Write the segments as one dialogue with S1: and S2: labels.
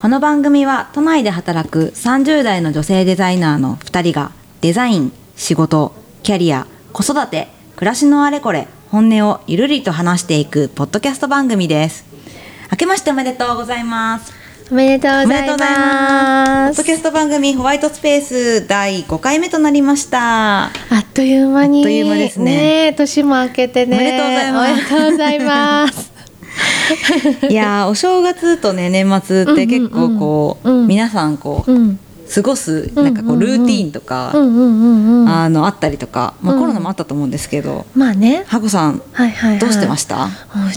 S1: この番組は都内で働く30代の女性デザイナーの2人がデザイン、仕事、キャリア、子育て、暮らしのあれこれ、本音をゆるりと話していくポッドキャスト番組です。明けましておめでとうございます。
S2: おめでとうご
S1: おめ
S2: ざ
S1: で
S2: い
S1: とうござい
S2: ま
S1: ます。ポッド
S2: す。
S1: キャスト番組ホワイトスペース第5回目となりま した。
S2: あっという間に。
S1: あっという間ですね
S2: え年も明けてね。
S1: おめでとうございます
S2: おめでとうございます。
S1: いやー、お正月とね、年末って結構こう、
S2: うんうんうん
S1: 皆さんこ
S2: う
S1: う、
S2: ん。
S1: 過ごす、なんかこう、ルーティーンとか、
S2: うんうんうんうん。
S1: あのあったりとか、まあ、
S2: うん
S1: コロナもあったと思うんですけど、
S2: まあね。
S1: ハコさん
S2: はいはい、はい。
S1: どうしてましたた
S2: う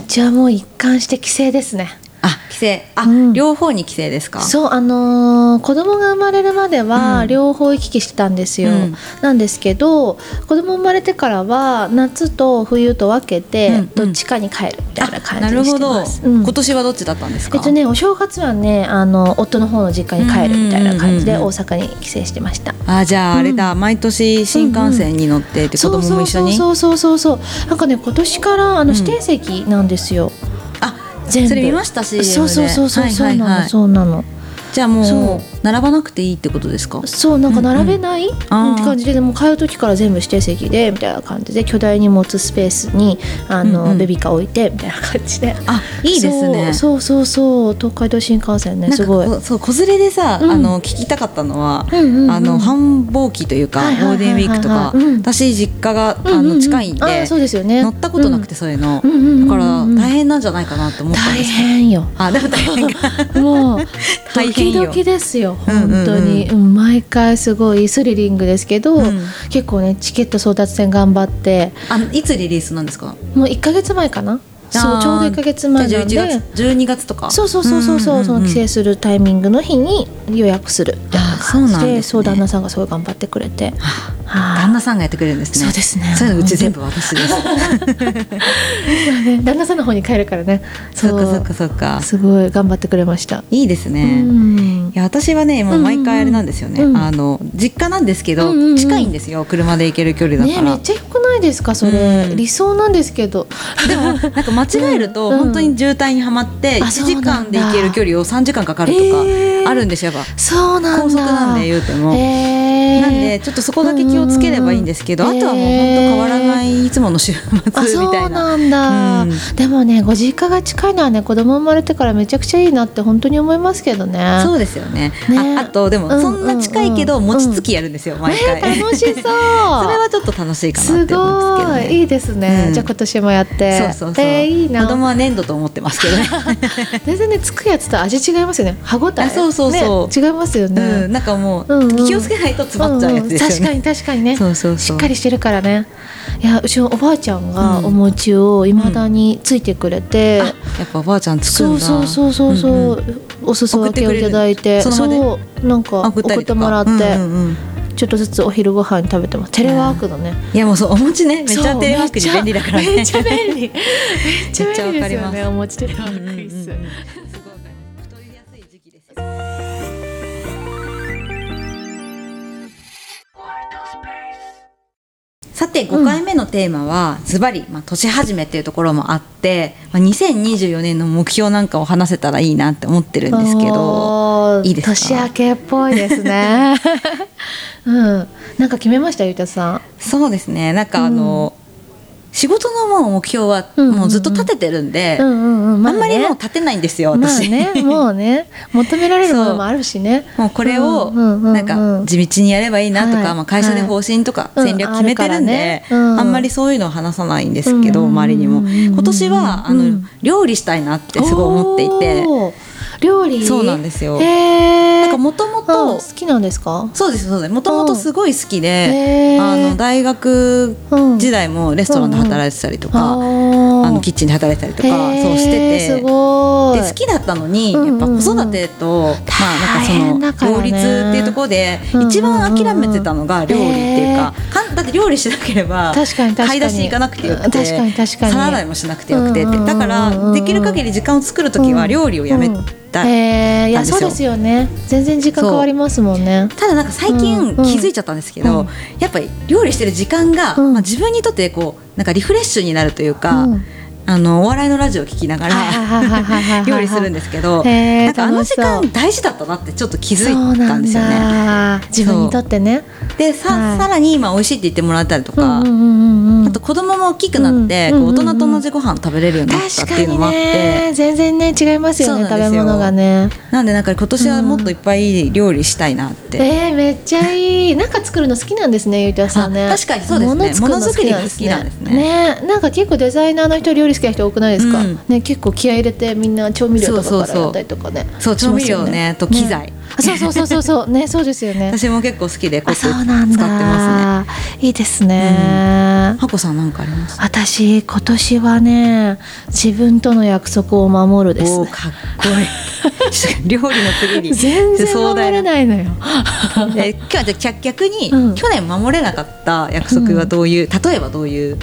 S2: ちはもう一貫して帰省ですね。
S1: あ帰省あ、
S2: うん
S1: 両方に帰省ですか
S2: そうあのー子供が生まれるまで
S1: う
S2: は
S1: ん
S2: 両方行き来してたんですよ、
S1: うん
S2: なんですけど子供生まれてからは夏と冬と分け
S1: うんう
S2: て
S1: ん
S2: どっちかに帰るみたいな
S1: あ
S2: 感
S1: な
S2: じ
S1: る
S2: にし
S1: ほ
S2: て
S1: ど、
S2: ます、うん
S1: 今年はどっちだったんですか
S2: えっとね、お正月はねあの夫の方の実家に帰るみたいな感じで
S1: うんうんうん
S2: 大阪に帰省してました。
S1: あじゃああれだ、毎年新幹線に乗ってって子供も一緒に、
S2: そうそうそうそうそうなんかね今年からあの
S1: うん
S2: 指定席なんですよ、
S1: あ
S2: 全部
S1: それ見ましたし
S2: そうそうそうそうそうなの、
S1: う
S2: そうなの
S1: じゃあも
S2: そう
S1: 並ばなくていいってことですか
S2: そうなんか並べない、って
S1: あー
S2: 感じででも買う時から全部指定席でみたいな感じで巨大荷物スペースにあの、
S1: うんうん
S2: ベビーカー置いてみたいな感じで
S1: あいいですね
S2: そうそうそうそう東海道新幹線
S1: な
S2: ね
S1: んか
S2: すごい
S1: こうそう子連れでさ、
S2: うん
S1: あの聞きたかったのは、
S2: うんうんうん
S1: あの繁忙期というか、
S2: はいはい
S1: ゴー
S2: はいはいはい
S1: ルデンウィークとか、
S2: うん
S1: 私実家があ
S2: うんうんう
S1: の
S2: ん
S1: 近いんで,、
S2: あーそうですよね
S1: 乗ったことなくて、そういうの、
S2: うんうんうんうん
S1: だから大変なんじゃないかなと思ったん
S2: 大
S1: ですけど
S2: 変よ
S1: あでも大変か
S2: もう
S1: 大変
S2: ドキ
S1: よ
S2: ドキですよ
S1: うんうんうん
S2: 本当に、うん毎回すごいスリリングですけど、
S1: うん
S2: 結構ねチケット争奪戦頑張って
S1: あのいつリリースなんですか
S2: もう1か月前かなそ
S1: あー
S2: うちょうど1か月前
S1: じゃ
S2: な
S1: あ
S2: んで
S1: 11月12月とか
S2: そうそうそうそうそう,、
S1: んんん
S2: その帰省するタイミングの日に予約するって
S1: あーそうなんですね
S2: そう旦那さんがすごい頑張ってくれて
S1: はあ旦
S2: 旦
S1: 那さんがやってくれるんですね
S2: そうですね
S1: そういうのうち全部私です
S2: 旦那さんの方に帰るからね
S1: そうかそうかそうか
S2: すごい頑張ってくれました、
S1: いいですね、
S2: うん
S1: いや私はねもう毎回あれなんですよね、
S2: うんうんうん
S1: あの実家なんですけど、
S2: うんうんうん
S1: 近いんですよ車で行ける距離だか
S2: ね
S1: ら、
S2: めっちゃ良くないですかそれ、
S1: うん
S2: 理想なんですけど
S1: でもなんか間違えると
S2: うん
S1: 本当に渋滞にはまって
S2: あ
S1: 1時間で行ける距離を3時間かかると
S2: え
S1: か
S2: ー
S1: あるんですよやっぱ
S2: そうなんだ
S1: 高速なんで言うても。
S2: へー
S1: なんでちょっとそこだけ気をつければいいんですけど、
S2: うんうんう
S1: あと
S2: ん
S1: はもう本当変わらないいつもの週末み
S2: あそ
S1: た
S2: う
S1: いな。
S2: なんだ、
S1: うん
S2: でもねご実家が近いのはね子供生まれてからめちゃくちゃいいなって本当に思いますけどね
S1: そうですよね。
S2: ね
S1: ああとでも
S2: うん
S1: そんな近いけど
S2: うんうん
S1: 餅つきやるんですよ毎
S2: ね
S1: 回。
S2: 楽しそうそれ
S1: それ
S2: は
S1: はちょっと楽しいかな
S2: す
S1: って思うん
S2: ご
S1: ですけど、
S2: い
S1: ね。
S2: いいですね、
S1: うん
S2: じゃあ今年もやって
S1: そうそうそう。
S2: えーいいな
S1: 子供は粘土と思ってますけどね。
S2: 全然ねつくやつと味違いますよね歯ごた
S1: あ
S2: え
S1: そうそうそう
S2: ね、違いますよね、
S1: うん、なんかもう、
S2: うんうん
S1: 気をつけないと詰まっちゃうやつですよね。
S2: うんうん確かに確かにね
S1: そうそう
S2: し
S1: そう。
S2: っかりしてるからねいやうちのおばあちゃんが
S1: うん
S2: お餅をいまだについてくれて、
S1: あやっぱおばあちゃん作るん
S2: そう
S1: だ
S2: そうそうそうそう、
S1: んん
S2: お裾分けをいただいて
S1: 送ってくれるその
S2: そうなんか
S1: あ送
S2: 送
S1: ったりとか
S2: ってもらって、
S1: うんうんうん
S2: ちょっとずつお昼ご飯に食べてますテレワークのね、
S1: いやもうそうお餅ねめっちゃ
S2: そう
S1: テレワークに便利だからね
S2: めっち ゃ便利めっちゃ
S1: め
S2: 便利です
S1: っちゃわ
S2: よ
S1: かります
S2: ねお餅テレワ
S1: うんうんうん
S2: ー
S1: う
S2: ク
S1: ん
S2: いいっ
S1: す
S2: す
S1: ごいわかります太りやすい時期ですよさて5回目のテーマはズバリまあ年始めっていうところもあって、まあ、2024年の目標なんかを話せたらいいなって思ってるんですけど
S2: おー
S1: いいですか
S2: 年明けっぽいで すねうんなんか決めましたゆうたさん
S1: そうですねなんかあの、仕事のもう目標はもうずっと立ててるんで、
S2: うんうんうん、ま
S1: あんまり
S2: ね
S1: もう立てないんですよ
S2: まあ
S1: 私、
S2: ね、もうね、求められるものもあるしね。
S1: もうこれを
S2: うんうんうんうん
S1: なんか地道にやればいいなとか、
S2: はい
S1: まあ、会社で方針とか
S2: はい
S1: 戦略決めてるんで、
S2: うんあるからねうん
S1: あんまりそういうのは話さないんですけど、
S2: うんうんうん
S1: 周りにも今年はあの、
S2: うん
S1: 料理したいなってすごい思っていて
S2: おー。料理。
S1: そうなんですよ
S2: へ
S1: な
S2: え。
S1: んかもとも
S2: うん
S1: と
S2: 好きなんですか。
S1: そうですそうですもともとすごい好きで、
S2: へー
S1: あの大学時代もレストランで働いてたりとか、あのキッチンで働いてたりとか、
S2: へー
S1: そうしてて。
S2: すごい。
S1: で好きだったのに、
S2: うんうんうん
S1: やっぱ子育てと、まあなんかその両
S2: 大変だからね
S1: 立っていうところで、
S2: うんうんうん
S1: 一番諦めてたのが料理っていうか、かんだって料理しなければ
S2: 確かに確かに
S1: 買い出しに行かなくてよくて
S2: 確かに確かに
S1: 皿洗いもしなくてよくてって、
S2: うんうんうんうん
S1: だからできる限り時間を作る時は料理をやめたい、
S2: へえ、い
S1: なん
S2: や、
S1: ですよ
S2: そうですよね。全然時間変わりますもんね。
S1: ただなんか最
S2: うん
S1: 近
S2: うん
S1: 気づいちゃったんですけど、
S2: うん
S1: やっぱり料理してる時間が、
S2: うん
S1: まあ、自分にとってこうなんかリフレッシュになるというか、
S2: うん
S1: あのお笑いのラジオを聞きながら
S2: はいはいはいはいはいは い
S1: 料理するんですけど、
S2: へー
S1: なんかあの
S2: 楽し
S1: 時
S2: そう
S1: 間大事だったなってちょっと気づ
S2: そう
S1: いた
S2: なんん
S1: ですよね。
S2: だ自分にとってね
S1: でさ,、
S2: はい
S1: さらに今美味しいって言ってもらったりとか、
S2: うんうんうんうん
S1: あと子供も大きくなって、こ
S2: うん
S1: う
S2: うんうんうん
S1: 大人と同じご飯食べれるようになったっ
S2: 確
S1: て
S2: か
S1: いうの
S2: に
S1: もあって。
S2: ね全然ね違いますよ
S1: そ
S2: ね
S1: う
S2: 食
S1: なんで
S2: べ
S1: すよ
S2: 物がね
S1: なんでなんか今年はもっといっぱい料理したいなって、
S2: えー、めっちゃいいなんか作るの好きなんですねゆうたさんね
S1: あ確かにそうですね
S2: もの作るの好きなんです
S1: ものづく
S2: ね
S1: りが好き
S2: ねなんか結構デザイナーの人料理好きな人多くないですか、
S1: うん
S2: ね結構気合い入れてみんな調味料と
S1: そう
S2: か
S1: そ
S2: か
S1: うそ
S2: ら
S1: う
S2: やったりとかね
S1: そう調味料ね
S2: します
S1: と
S2: よ
S1: 機材
S2: ねあそうそうそうそうそうねそうですよね
S1: 私も結構好きでこ
S2: あ
S1: う
S2: そ
S1: や
S2: う
S1: って
S2: な
S1: 使っ
S2: ん
S1: てますね
S2: だいいですね、
S1: ハコさんなんかあります
S2: 私今年はね自分との約束を守るです
S1: お
S2: ね
S1: ーかっこいい料理の次に
S2: 全然守れ
S1: い
S2: ないのよ。
S1: え今日はじゃあ逆逆に、
S2: うん
S1: 去年守れなかった約束はどういう、例えばどういう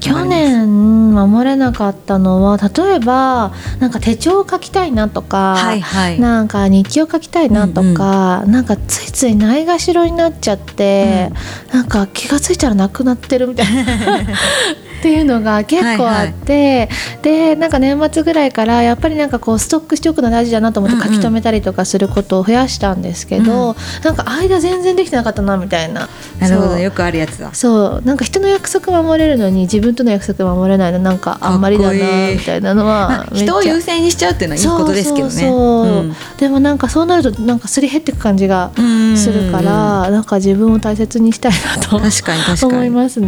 S2: 去年守れなかったのは例えばなんか手帳を書きたいなとか、
S1: はいはい
S2: なんか日記を書きたいなとか、なんかついついないがしろになっちゃって、なんか気がついたらなくなってるみたい なっていうのが結構あって、でなんか年末ぐらいからやっぱりなんかこうストックしておくの大事だなと思って書き留めたりとかすることを増やしたんですけど、なんか間全然できてなかったなみたいな。
S1: なるほ
S2: そ
S1: ど
S2: う
S1: よくあるやつだ
S2: そうなんか人の約束守れるのに自分との約束守れないのなんかあんまりだな
S1: かっこいい
S2: みたいなのは
S1: まあ人を優
S2: 先
S1: 先にしちゃうっていうのはいいことですけどね
S2: そうそうそうでもなんかそうなるとなんかすり減ってく感じが
S1: うん
S2: するからなんか自分を大切にしたいなと
S1: 確かに確かに
S2: 思います
S1: え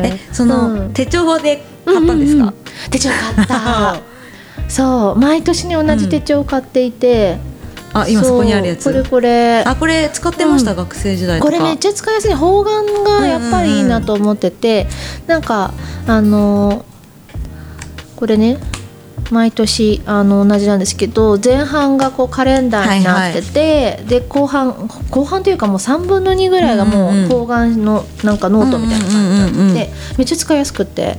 S2: ね
S1: その、
S2: うん
S1: 手帳で買ったんです
S2: う
S1: か
S2: う、うん手帳買った そう毎年ね同じ手帳を買っていて、
S1: あ今そこにあるやつ
S2: そうこれこれ
S1: あこれ使ってました、
S2: うん
S1: 学生時代と
S2: こ
S1: か
S2: れめっちゃ使いやすい方眼がやっぱりいいなと思ってて、なんかあのーこれね毎年あの同じなんですけど前半がこうカレンダーになってて、で後半後半というかもう3分の2ぐらいがも
S1: うんうん
S2: う方眼のなんかノートみたいな感じになってて、
S1: うんうんうんうん
S2: めっちゃ使いやすくて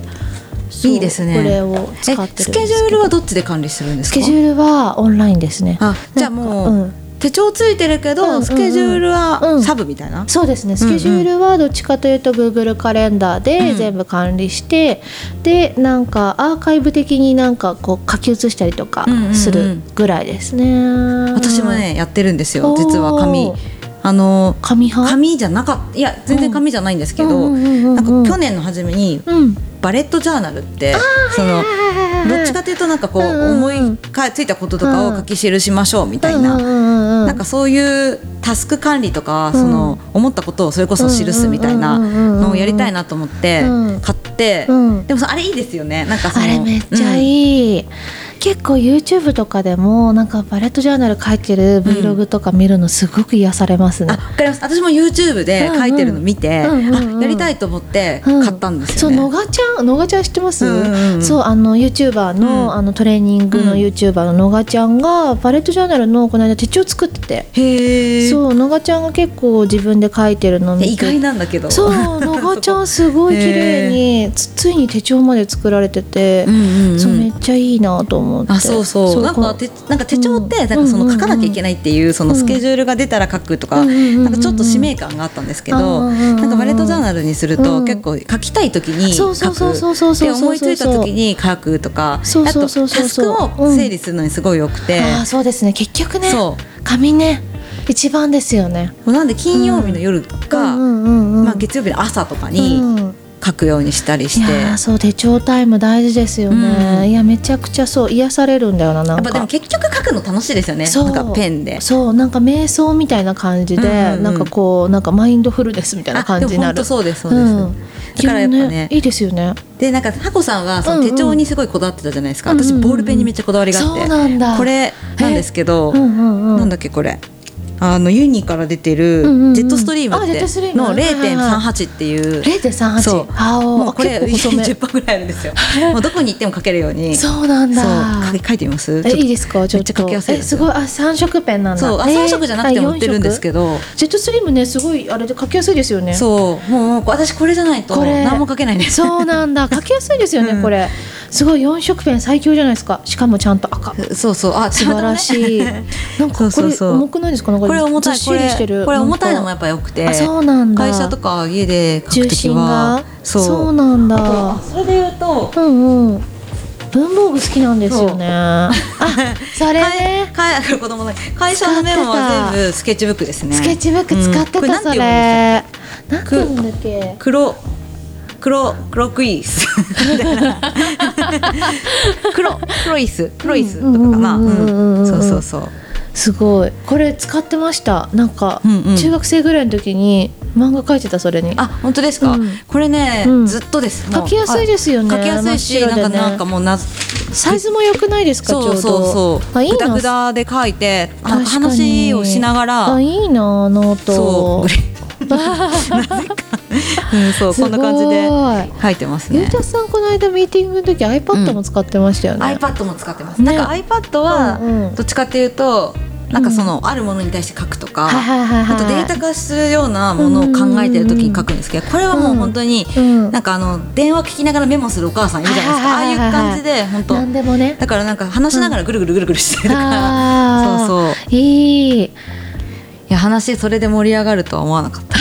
S2: そう
S1: いいですね
S2: これを使ってるん
S1: え
S2: です
S1: ス
S2: けど
S1: ケジュールはどっちで管理するんです
S2: ス
S1: か
S2: ケジュールはオンラインですね
S1: あじゃあもう、
S2: なんかん
S1: 手帳ついてるけど、
S2: うんうんうん
S1: スケジュールはサブみたいな、
S2: そうですねスケジュールはどっちかというと Google カレンダー
S1: う
S2: で
S1: ん
S2: 全部管理して、でなんかアーカイブ的になんかこう書き写したりとか
S1: うんうんうん
S2: するぐらいですね、
S1: 私もねやってるんですよ
S2: おー
S1: 実は紙あの
S2: 紙派
S1: 紙じゃなかったいや全然紙じゃないんですけど、
S2: うんうんうんうんうん
S1: なんか去年の初めに
S2: うん
S1: バレットジャーナルってそのどっちかというとなんかこう
S2: うんうんうん
S1: 思いかついたこととかを書き記しましょうみたいな
S2: な
S1: なんかそういうタスク管理とか、
S2: うん
S1: その思ったことをそれこそ記すみたいな
S2: うんうんうんうんうん
S1: のをやりたいなと思って
S2: うん
S1: 買って、
S2: うん
S1: でもさあれいいですよねなんかその
S2: あれめっちゃいい、結構 YouTube とかでもなんかバレットジャーナル書いてる Vlog とか見るのすごく癒されます
S1: うん
S2: ね、
S1: あわかります私も YouTube で書いてるの見て、
S2: うんうんうんうん
S1: あやりたいと思って
S2: うん
S1: 買ったんですよね、
S2: そう、のがちゃん、のがちゃん知ってます。
S1: うんうんうん
S2: そう、あのユーチューバーの、
S1: うん
S2: あのトレーニング
S1: う
S2: の
S1: ん
S2: ユーチューバーののがちゃんが、パレットジャーナルのこの間手帳作ってて。
S1: へえ
S2: そう、のがちゃんが結構自分で書いてるの見て
S1: 意外なんだけど
S2: そう、のがちゃんすごい綺麗 に、つついに手帳まで作られてて。
S1: うんうんうん
S2: そう、めっちゃいいなと思っ て。
S1: あそうそうなんか
S2: こ
S1: 手なんか手帳って、
S2: うん
S1: なんかそ
S2: うんう
S1: の
S2: んうん
S1: 書かなきゃいけないっていうその
S2: うん
S1: スケジュールが出たら書くとか,、
S2: うんうんうんうん
S1: なんかちょっと使命感があったんですけど、
S2: うんうんうんうん
S1: なんかバレットジャーナルにすると、
S2: うん
S1: 結構書きたい時に
S2: そ
S1: 書
S2: うそうそうそうそう
S1: くで
S2: そう
S1: 思いついた時に書くとか
S2: そう
S1: あ
S2: そう
S1: と
S2: そうそう
S1: タスクを整理するのにすごいよくて、
S2: あー、そうですね、結局ね
S1: そ。
S2: 紙ね、一番ですよね。
S1: もうなんで金曜日の夜か、
S2: うんうんうんうん
S1: まあ、月曜日の朝とかに
S2: うん
S1: 書くようにしたりして。
S2: いやーそう手帳タイム大事ですよね、
S1: うん
S2: いやめちゃくちゃそう癒されるんだよなな
S1: やっ
S2: んか
S1: ぱでも結局書くの楽しいですよね
S2: そう
S1: なんかペンで
S2: そうなんか瞑想みたいな感じで、
S1: うんうんうん
S2: なんかこうなんかマインドフルネスみたいな
S1: あ
S2: 感
S1: でも
S2: じにな
S1: 本
S2: る
S1: 当そうですそう
S2: う
S1: です、
S2: ん
S1: だからやっぱ
S2: い
S1: ね
S2: いですよね
S1: でなんかハコさんはそ
S2: うん
S1: の
S2: うん
S1: 手帳にすごいこだわってたじゃないですか、
S2: うんうんう
S1: 私
S2: ん
S1: ボールペンにめっちゃこだわりがあって、
S2: そうなんだ
S1: これなんですけど、
S2: うんうんうん
S1: なんだっけこれあのユニから出て
S2: うんうんう
S1: る
S2: ん
S1: ジェットストリーム
S2: あ
S1: っ
S2: ジェッ
S1: て
S2: トストリーム
S1: の
S2: はいはいはい
S1: 0.38っていう、
S2: 0.38
S1: そう
S2: あー
S1: もうこれ
S2: 結構細め
S1: 10本ぐらいあるん ですよもうどこに行っても書けるように
S2: そうなん
S1: そう
S2: だ
S1: 書い書いてみます
S2: え
S1: ちょっと
S2: いいですかちょ
S1: め
S2: っ
S1: っちゃ書
S2: と
S1: きやすい
S2: え
S1: です
S2: す
S1: よ
S2: ごいあ三色ペンなんだ
S1: そうあ
S2: えー
S1: 3色じゃなくても
S2: あ
S1: 売ってるんですけど、
S2: ジェットストリームねすごいあれで書きやすいですよね
S1: そうもう私これじゃないと
S2: これ
S1: 何も書けないです
S2: そうな んだ書きやすいですよね、
S1: うん
S2: これすごい四色ペン最強じゃないですかしかもちゃんと赤
S1: そうそうあ
S2: 素晴 らしい、なん
S1: そう
S2: かこ
S1: そう
S2: れ
S1: そう
S2: 重くないですかなんか
S1: これ重たい
S2: ずっ
S1: こ
S2: しり
S1: れ
S2: してる
S1: これ重たいのも
S2: な
S1: や
S2: ん
S1: っ
S2: か
S1: ぱ良くて
S2: あそうなんだ
S1: 会社とか家で書く
S2: 重
S1: とき
S2: 心が
S1: は
S2: そうなんだ
S1: あそれで言うと
S2: うんうん文房具好きなんですよね。あ、それね。
S1: 会会子供の会社のメモは全部スケッチブックですね。
S2: スケッチブック使って
S1: うん
S2: た
S1: こ
S2: そ
S1: れな
S2: れ。なんて言うんだっけ。
S1: 黒黒黒クイス黒黒イス黒イスとかかな。
S2: うんうんうんうんうん
S1: うんそうそうそう。
S2: すごい。これ使ってました。なんか
S1: うんうん
S2: 中学生ぐらいの時に漫画描いてたそれに。
S1: あ本当ですか、
S2: うん
S1: これね、
S2: うん
S1: ずっとですもう
S2: 書きやすいですよね
S1: はい書きやすいし、
S2: 真っ
S1: なん
S2: 白で
S1: か
S2: ね
S1: なんかもうな
S2: サイズも良くないですかちょう
S1: そ
S2: ど。
S1: うそうそう
S2: あいい
S1: グダ
S2: な
S1: グ。ダで書いてなんか
S2: 確かに
S1: 話をしながら
S2: あいいなノート。
S1: そう ブレなぜか、うん、そうこんな感じです
S2: ごい
S1: 書いてます
S2: ゆう
S1: ね
S2: たさんこの間ミーティングの時 iPad も使ってましたよね。
S1: iPad も使ってます、
S2: ね
S1: なんか iPad は、
S2: うんうん
S1: どっちかっていうとなんかその、あるものに対して書くとか、
S2: はいはいはいは
S1: あ
S2: い。
S1: とデータ化するようなものを考えてる時に書くんですけどこれはもう本当に、
S2: うん
S1: なんかあの電話聞きながらメモするお母さんいるじゃないですか、
S2: はいはいはいは
S1: ああ
S2: い
S1: いう感じで本
S2: なん
S1: 当
S2: でもね。
S1: だからなんか話しながらぐるぐるぐるぐるしてるから、
S2: ああ
S1: そうそう
S2: う。いい。
S1: いや話それで盛り上がるとは思わなかった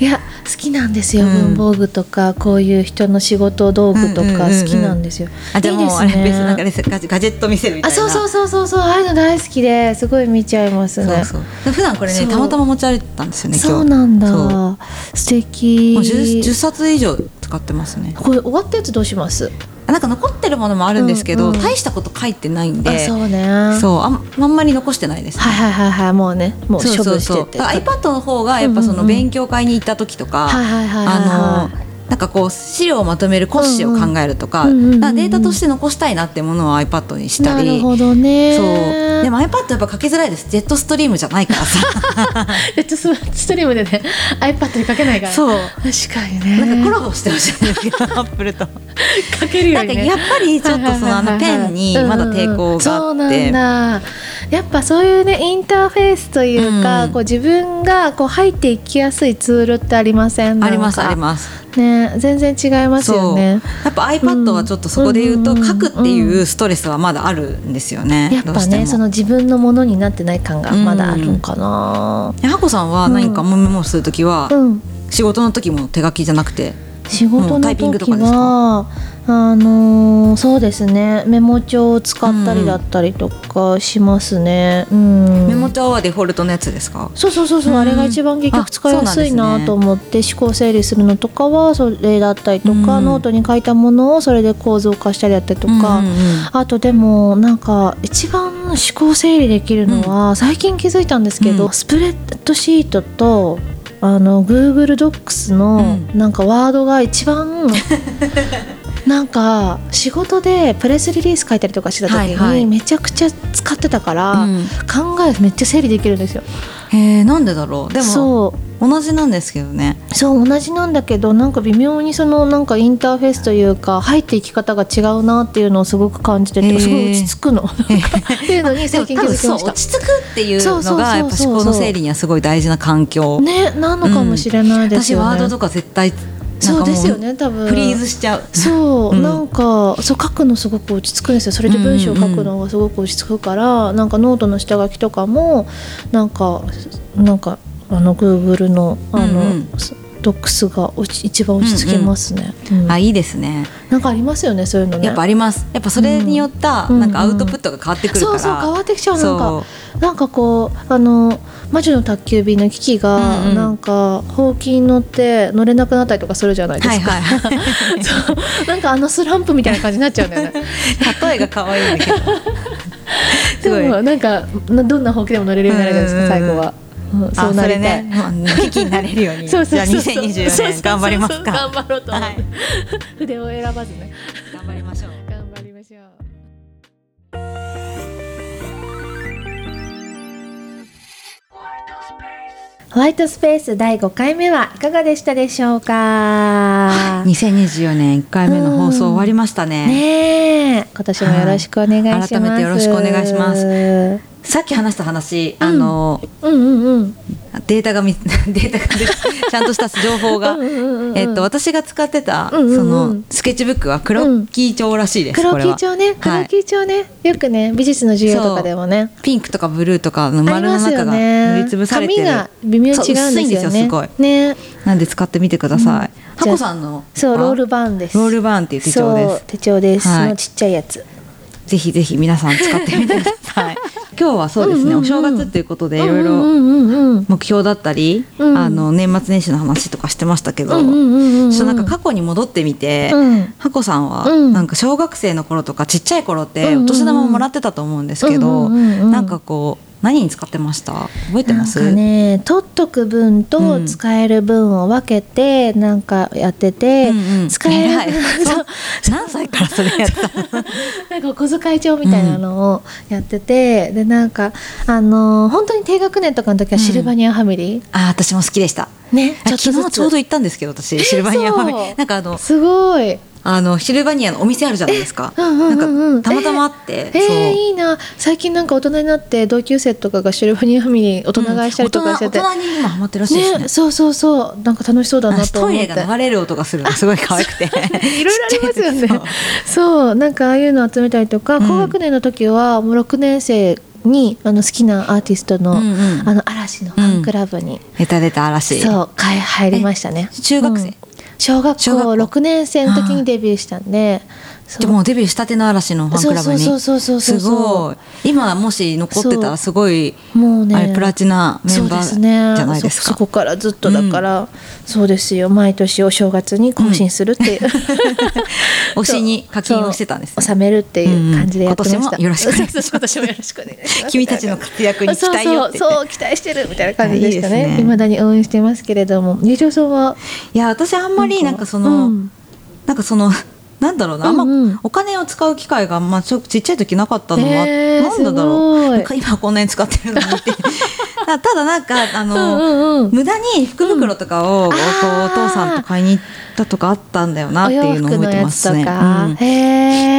S2: いや好きなんですよ、
S1: うん
S2: 文房具とかこういう人の仕事道具とか好きなんですよ。
S1: あじゃあ
S2: いい
S1: も
S2: で
S1: う
S2: す
S1: あれ別になんか
S2: ね。
S1: ねガジガジェット見せるみた
S2: あ
S1: いな
S2: そうそうそうそうそうああいうの大好きですごい見ちゃいます
S1: そ
S2: ね。
S1: うそうで普段これ
S2: そ
S1: ね
S2: う
S1: たまたま持ち歩いてたんですよね今日
S2: そうなん
S1: そうも
S2: だ素敵。
S1: う 10, 10冊以上使ってますね
S2: これ終わったやつどうします？
S1: あなんか残ってるものもあるんですけど、
S2: うんうん
S1: 大したこと書いてないん
S2: あ
S1: で
S2: そうね。
S1: そうあんあんまり残してないですね
S2: はいはいはいはいもうねもう
S1: そう
S2: 処
S1: そう
S2: 分し
S1: そ
S2: て
S1: う
S2: て。
S1: だから iPad の方がやっぱそ
S2: うんうん
S1: の
S2: うん
S1: 勉強会に行った時とか、
S2: はいはいはいはいはい
S1: あのなんかこう資料をまとめる骨子を考えるとか,、
S2: うんうんうんうんうん
S1: データとして残したいなってものを iPad にした
S2: な
S1: り
S2: るほどね。
S1: そうでも iPad やっぱ書きづらいですジェットストリームじゃないからさ
S2: えっとスストリームでね iPad にかけないから。
S1: そう
S2: 確かにね。
S1: なんかコラボしてほ しいんですけどアップルと。
S2: かけるよ
S1: な
S2: うん
S1: か
S2: にね。
S1: やっぱりちょっとそのあの
S2: はいはい
S1: ペ
S2: はいはい
S1: ン にまだ抵抗があって、
S2: うんうんそうなんだやっぱそういうねインターフェースというか、
S1: うん
S2: こう自分がこう入っていきやすいツールってありません
S1: ありますあり
S2: す
S1: ます。
S2: ね全然違いますよね
S1: そうやっぱ iPad はちょっとそこで言うと、
S2: うん
S1: 書くっていうストレスはまだあるんですよね。
S2: やっ
S1: どう
S2: ぱ
S1: して
S2: ね
S1: も
S2: その自分のものになってない感がまだあるのかな、
S1: えハコさんは何かメモするときは、
S2: うん
S1: 仕事の時も手書きじゃなくて、
S2: 仕事
S1: もうタ
S2: の
S1: イピングと
S2: 時
S1: かです
S2: はあのーそうですねメモ帳を使ったりだったりとかしますね、うん、
S1: メモ帳はデフォルトのやつですか。
S2: そうそうそうそう、
S1: うん
S2: あれが一番結局使いやすい
S1: あそうなんです
S2: な
S1: ね
S2: と思って、思考整理するのとかはそれだったりとか、
S1: うん
S2: ノートに書いたものをそれで構造化したりだったりとか、
S1: うんうんうん
S2: あとでもなんか一番思考整理できるのは、最近気づいたんですけど、
S1: うん
S2: スプレッドシートとあの Google ドックスの
S1: う
S2: なんかワードが 一番、なんか仕事でプレスリリース書いたりとかしてた時
S1: はいはい
S2: にめちゃくちゃ使ってたから、
S1: うん
S2: 考えめっちゃ整理できるんですよ。
S1: へえ、なんでだろう。でも
S2: そう
S1: 同じなんですけどね。
S2: そう同じなんだけどなんか微妙にそのなんかインターフェースというか入っていき方が違うなっていうのをすごく感じて
S1: へ
S2: て
S1: ー
S2: すごい落ち着くのっていうのに最近気づきま
S1: そう
S2: した
S1: 落。ち着くっていう
S2: そう
S1: の
S2: そうそうそう
S1: がやっぱ思考の整理にはすごい大事な環境。
S2: ねなのかもしれないです
S1: 私
S2: よね。
S1: ワードとか絶対なん
S2: そ
S1: か
S2: う
S1: も
S2: ですよね多分
S1: フリーズしちゃう。
S2: そう、
S1: うん
S2: なんかそう書くのすごく落ち着くんですよそれで文章を書くのがすごく落ち着くから、なんかノートの下書きとかもなんかなんかあの Google のあの、
S1: うんうん
S2: ドックスが落ち一番落ち着きますね、うん
S1: あ、いいですね。
S2: なんかありますよねそういうのね
S1: やっぱあります。やっぱそれによった
S2: うん
S1: なんかアウトプットが変わってくるか
S2: そう
S1: ら。
S2: そう変わってきちゃうなん
S1: そ
S2: かなんかこうあの魔女の宅急便の危機が、
S1: うんうん
S2: なんかほうきに乗って乗れなくなったりとかするじゃないです
S1: は
S2: か、
S1: いはい。
S2: そう なんかあのスランプみたいな感じになっちゃうんだよね
S1: 例えが可愛いんだけど。 すごい
S2: でもなんかなどんなほうきでも乗れるようになるじゃないですか
S1: う
S2: 最
S1: んうんうん
S2: 後は、うん
S1: あ
S2: そうなりた
S1: それ
S2: い
S1: ね、まあ、元気になれるように。
S2: そうそうそうそう
S1: じゃあ
S2: そう
S1: 2024
S2: そうそう
S1: 年頑張りますか。
S2: 頑張ろうと思う、
S1: はい
S2: 筆を選ばずね
S1: 頑張りましょう。
S2: 頑張りましょうホワイトスペース第5回目はいかがでしたでしょうか
S1: 2024年一回目の放送終わりましたね。
S2: ねえ今年もよろしくお願いします、
S1: はい改めてよろしくお願いします
S2: うん
S1: さっき話した話、
S2: うん
S1: あの
S2: うんうん
S1: データがみ データがでちゃんとした情報が。
S2: うんうんうんうん
S1: えっと、私が使ってた、
S2: うんうんうん
S1: そのスケッチブックは黒木帳らしいです、
S2: 黒
S1: これ
S2: 木
S1: は
S2: 町ね
S1: は
S2: 黒
S1: い
S2: 木町ね、よくね美術の授業とかでもね
S1: ピンクとかブルーとかの
S2: あり
S1: 丸の
S2: ますよ
S1: 中が
S2: ね
S1: 塗りつぶされてる
S2: 紙が微妙に違うんですよね
S1: そう薄いんですよすごい
S2: ね
S1: なんで使ってみてください、タコさんの
S2: そう
S1: あ
S2: ロールバーンです
S1: ロールバーンっていう手帳で
S2: そう
S1: す
S2: 手帳です、
S1: はい
S2: そのちっちゃいやつ
S1: ぜひぜひ皆さん使ってみてくだ さい今日はそうですね、
S2: うんうんうん
S1: お正月ということでいろい
S2: うんう
S1: ろ
S2: んうんうん
S1: 目標だったり、
S2: うん
S1: あの年末年始の話とかしてましたけど、
S2: うんうんうんうんうん
S1: ちょっとなんか過去に戻ってみて、
S2: うん
S1: ハコさんは
S2: うん
S1: なんか小学生の頃とかちっちゃい頃っ
S2: うんうん
S1: て
S2: うん
S1: お年玉もらってたと思うんですけど、
S2: うんうんうんうん
S1: なんかこう何に使ってました覚えてます
S2: なんかね取っとく分と使える分を分けてなんかやってて、
S1: うんうん
S2: 使える
S1: 偉い
S2: 分
S1: そ
S2: そう
S1: う何歳からそれやってた の
S2: なんかお小遣い帳みたいなのをやってて、でなんかあのー本当に低学年とかの時はシルバニアファミリー、
S1: あー私も好きでした
S2: ね
S1: あ
S2: ちょっとずつ
S1: 昨日ちょうど行ったんですけど私シルバニアファミリ
S2: 嘘
S1: ーなんかあの
S2: すごい
S1: あのシルバニアのお店あるじゃないですか、
S2: えうんうんうんうん
S1: なんかたまたまあって、
S2: え
S1: そう
S2: ー、いいな最近なんか大人になって同級生とかがシルバニアファミリー大人買いしたりとかしてて、
S1: うん大人大人に今ハマってらっしゃるしね
S2: ねそうそうそうなんか楽しそうだな
S1: 私
S2: と思
S1: ト
S2: っ
S1: イレ
S2: て
S1: が流れる音がするのすごい可愛くて
S2: いろいろありますよね
S1: ちっちゃい時。
S2: そう、なんかああいうの集めたりとか、
S1: うん
S2: 高学年の時はもう六年生にあの好きなアーティストの、
S1: うんうん
S2: あの嵐のファンクラブに、
S1: 出た出た嵐
S2: そう買い入りましたね。
S1: え中学生
S2: うん小学
S1: 小学校
S2: 校六年生の時にデビューしたんで、そう
S1: じゃあもうデビューしたての嵐のファンクラブに
S2: そうそうそうそうそう
S1: すごい今もし残ってたらすごい
S2: もうね
S1: あれプラチナメンバー
S2: そうすね
S1: じゃないですか
S2: そそこからずっとだから、そうですよ毎年お正月に更新するっていう、
S1: 推しに課金をしてたんですね
S2: そう収めるっていう感じでやってました、
S1: うん今年もよろ しくお願いします
S2: 今年もよろしくお願いします
S1: 君たちの活躍に期待よって言って
S2: そうそうそう期待してるみたいな感じでした
S1: いやいいです
S2: ね
S1: ね
S2: いま、未だに応援してますけれども友情さんはい
S1: や私あんまりなんかその、
S2: うん
S1: なんかその なんだろうな、あ
S2: うん
S1: ん
S2: うん
S1: まお金を使う機会が、まあ、ちょちっちゃい時なかったのは、
S2: へー
S1: なんだだろう
S2: すごい
S1: なんか今こんなに使ってるのに ってだからただなんかあの、
S2: うんうんうん
S1: 無駄に福袋とかを、こう
S2: あー
S1: お父さんと買いに行ったとかあったんだよなっ
S2: お
S1: て
S2: 洋
S1: いうのを
S2: 服
S1: 覚
S2: の
S1: えて
S2: や
S1: ま
S2: つ
S1: す
S2: と
S1: ね。
S2: か、
S1: うん
S2: へ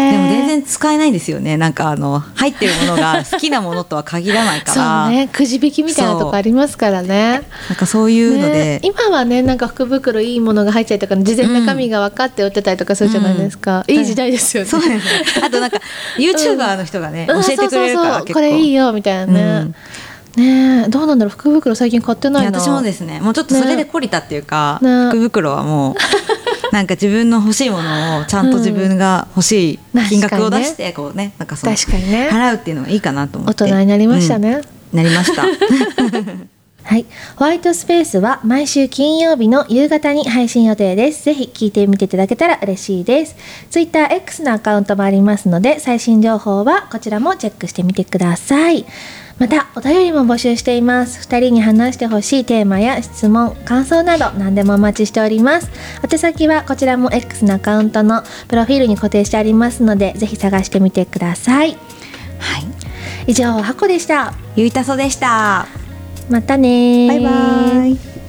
S2: ー
S1: でも全然使えないんですよねなんかあの入ってるものが好きなものとは限らないから
S2: そうねくじ引きみたいなとこありますからね
S1: なんかそういうの
S2: ね
S1: で、
S2: 今はねなんか福袋いいものが入っちゃいとか事前中身が分かって売ってたりとかするじゃないですか、
S1: ん
S2: いい時代ですよね。
S1: そうですねあとなんか YouTuber の人がね、
S2: うん
S1: 教えてくれるから
S2: そうそうそう
S1: 結構
S2: これいいよみたいなね、ねえどうなんだろう福袋最近買ってないい
S1: や
S2: な
S1: 私もですねもうちょっとそれで懲りたっていうか、
S2: ね
S1: 福袋は もうなんか自分の欲しいものをちゃんと自分が欲しい金額を出してこうねなんかその
S2: 確かにね
S1: 払うっていうのがいいかなと思
S2: 大
S1: って
S2: 人になりましたね、
S1: うんなりました
S2: はい。ホワイトスペースは毎週金曜日の夕方に配信予定です。ぜひ聞いてみていただけたら嬉しいです。TwitterX のアカウントもありますので、最新情報はこちらもチェックしてみてください。また、お便りも募集しています。二人に話してほしいテーマや質問、感想など何でもお待ちしております。宛先はこちらも X のアカウントのプロフィールに固定してありますので、ぜひ探してみてください。
S1: はい
S2: 以上、ハコでした。
S1: ゆいたそでした
S2: またねー
S1: バイバイ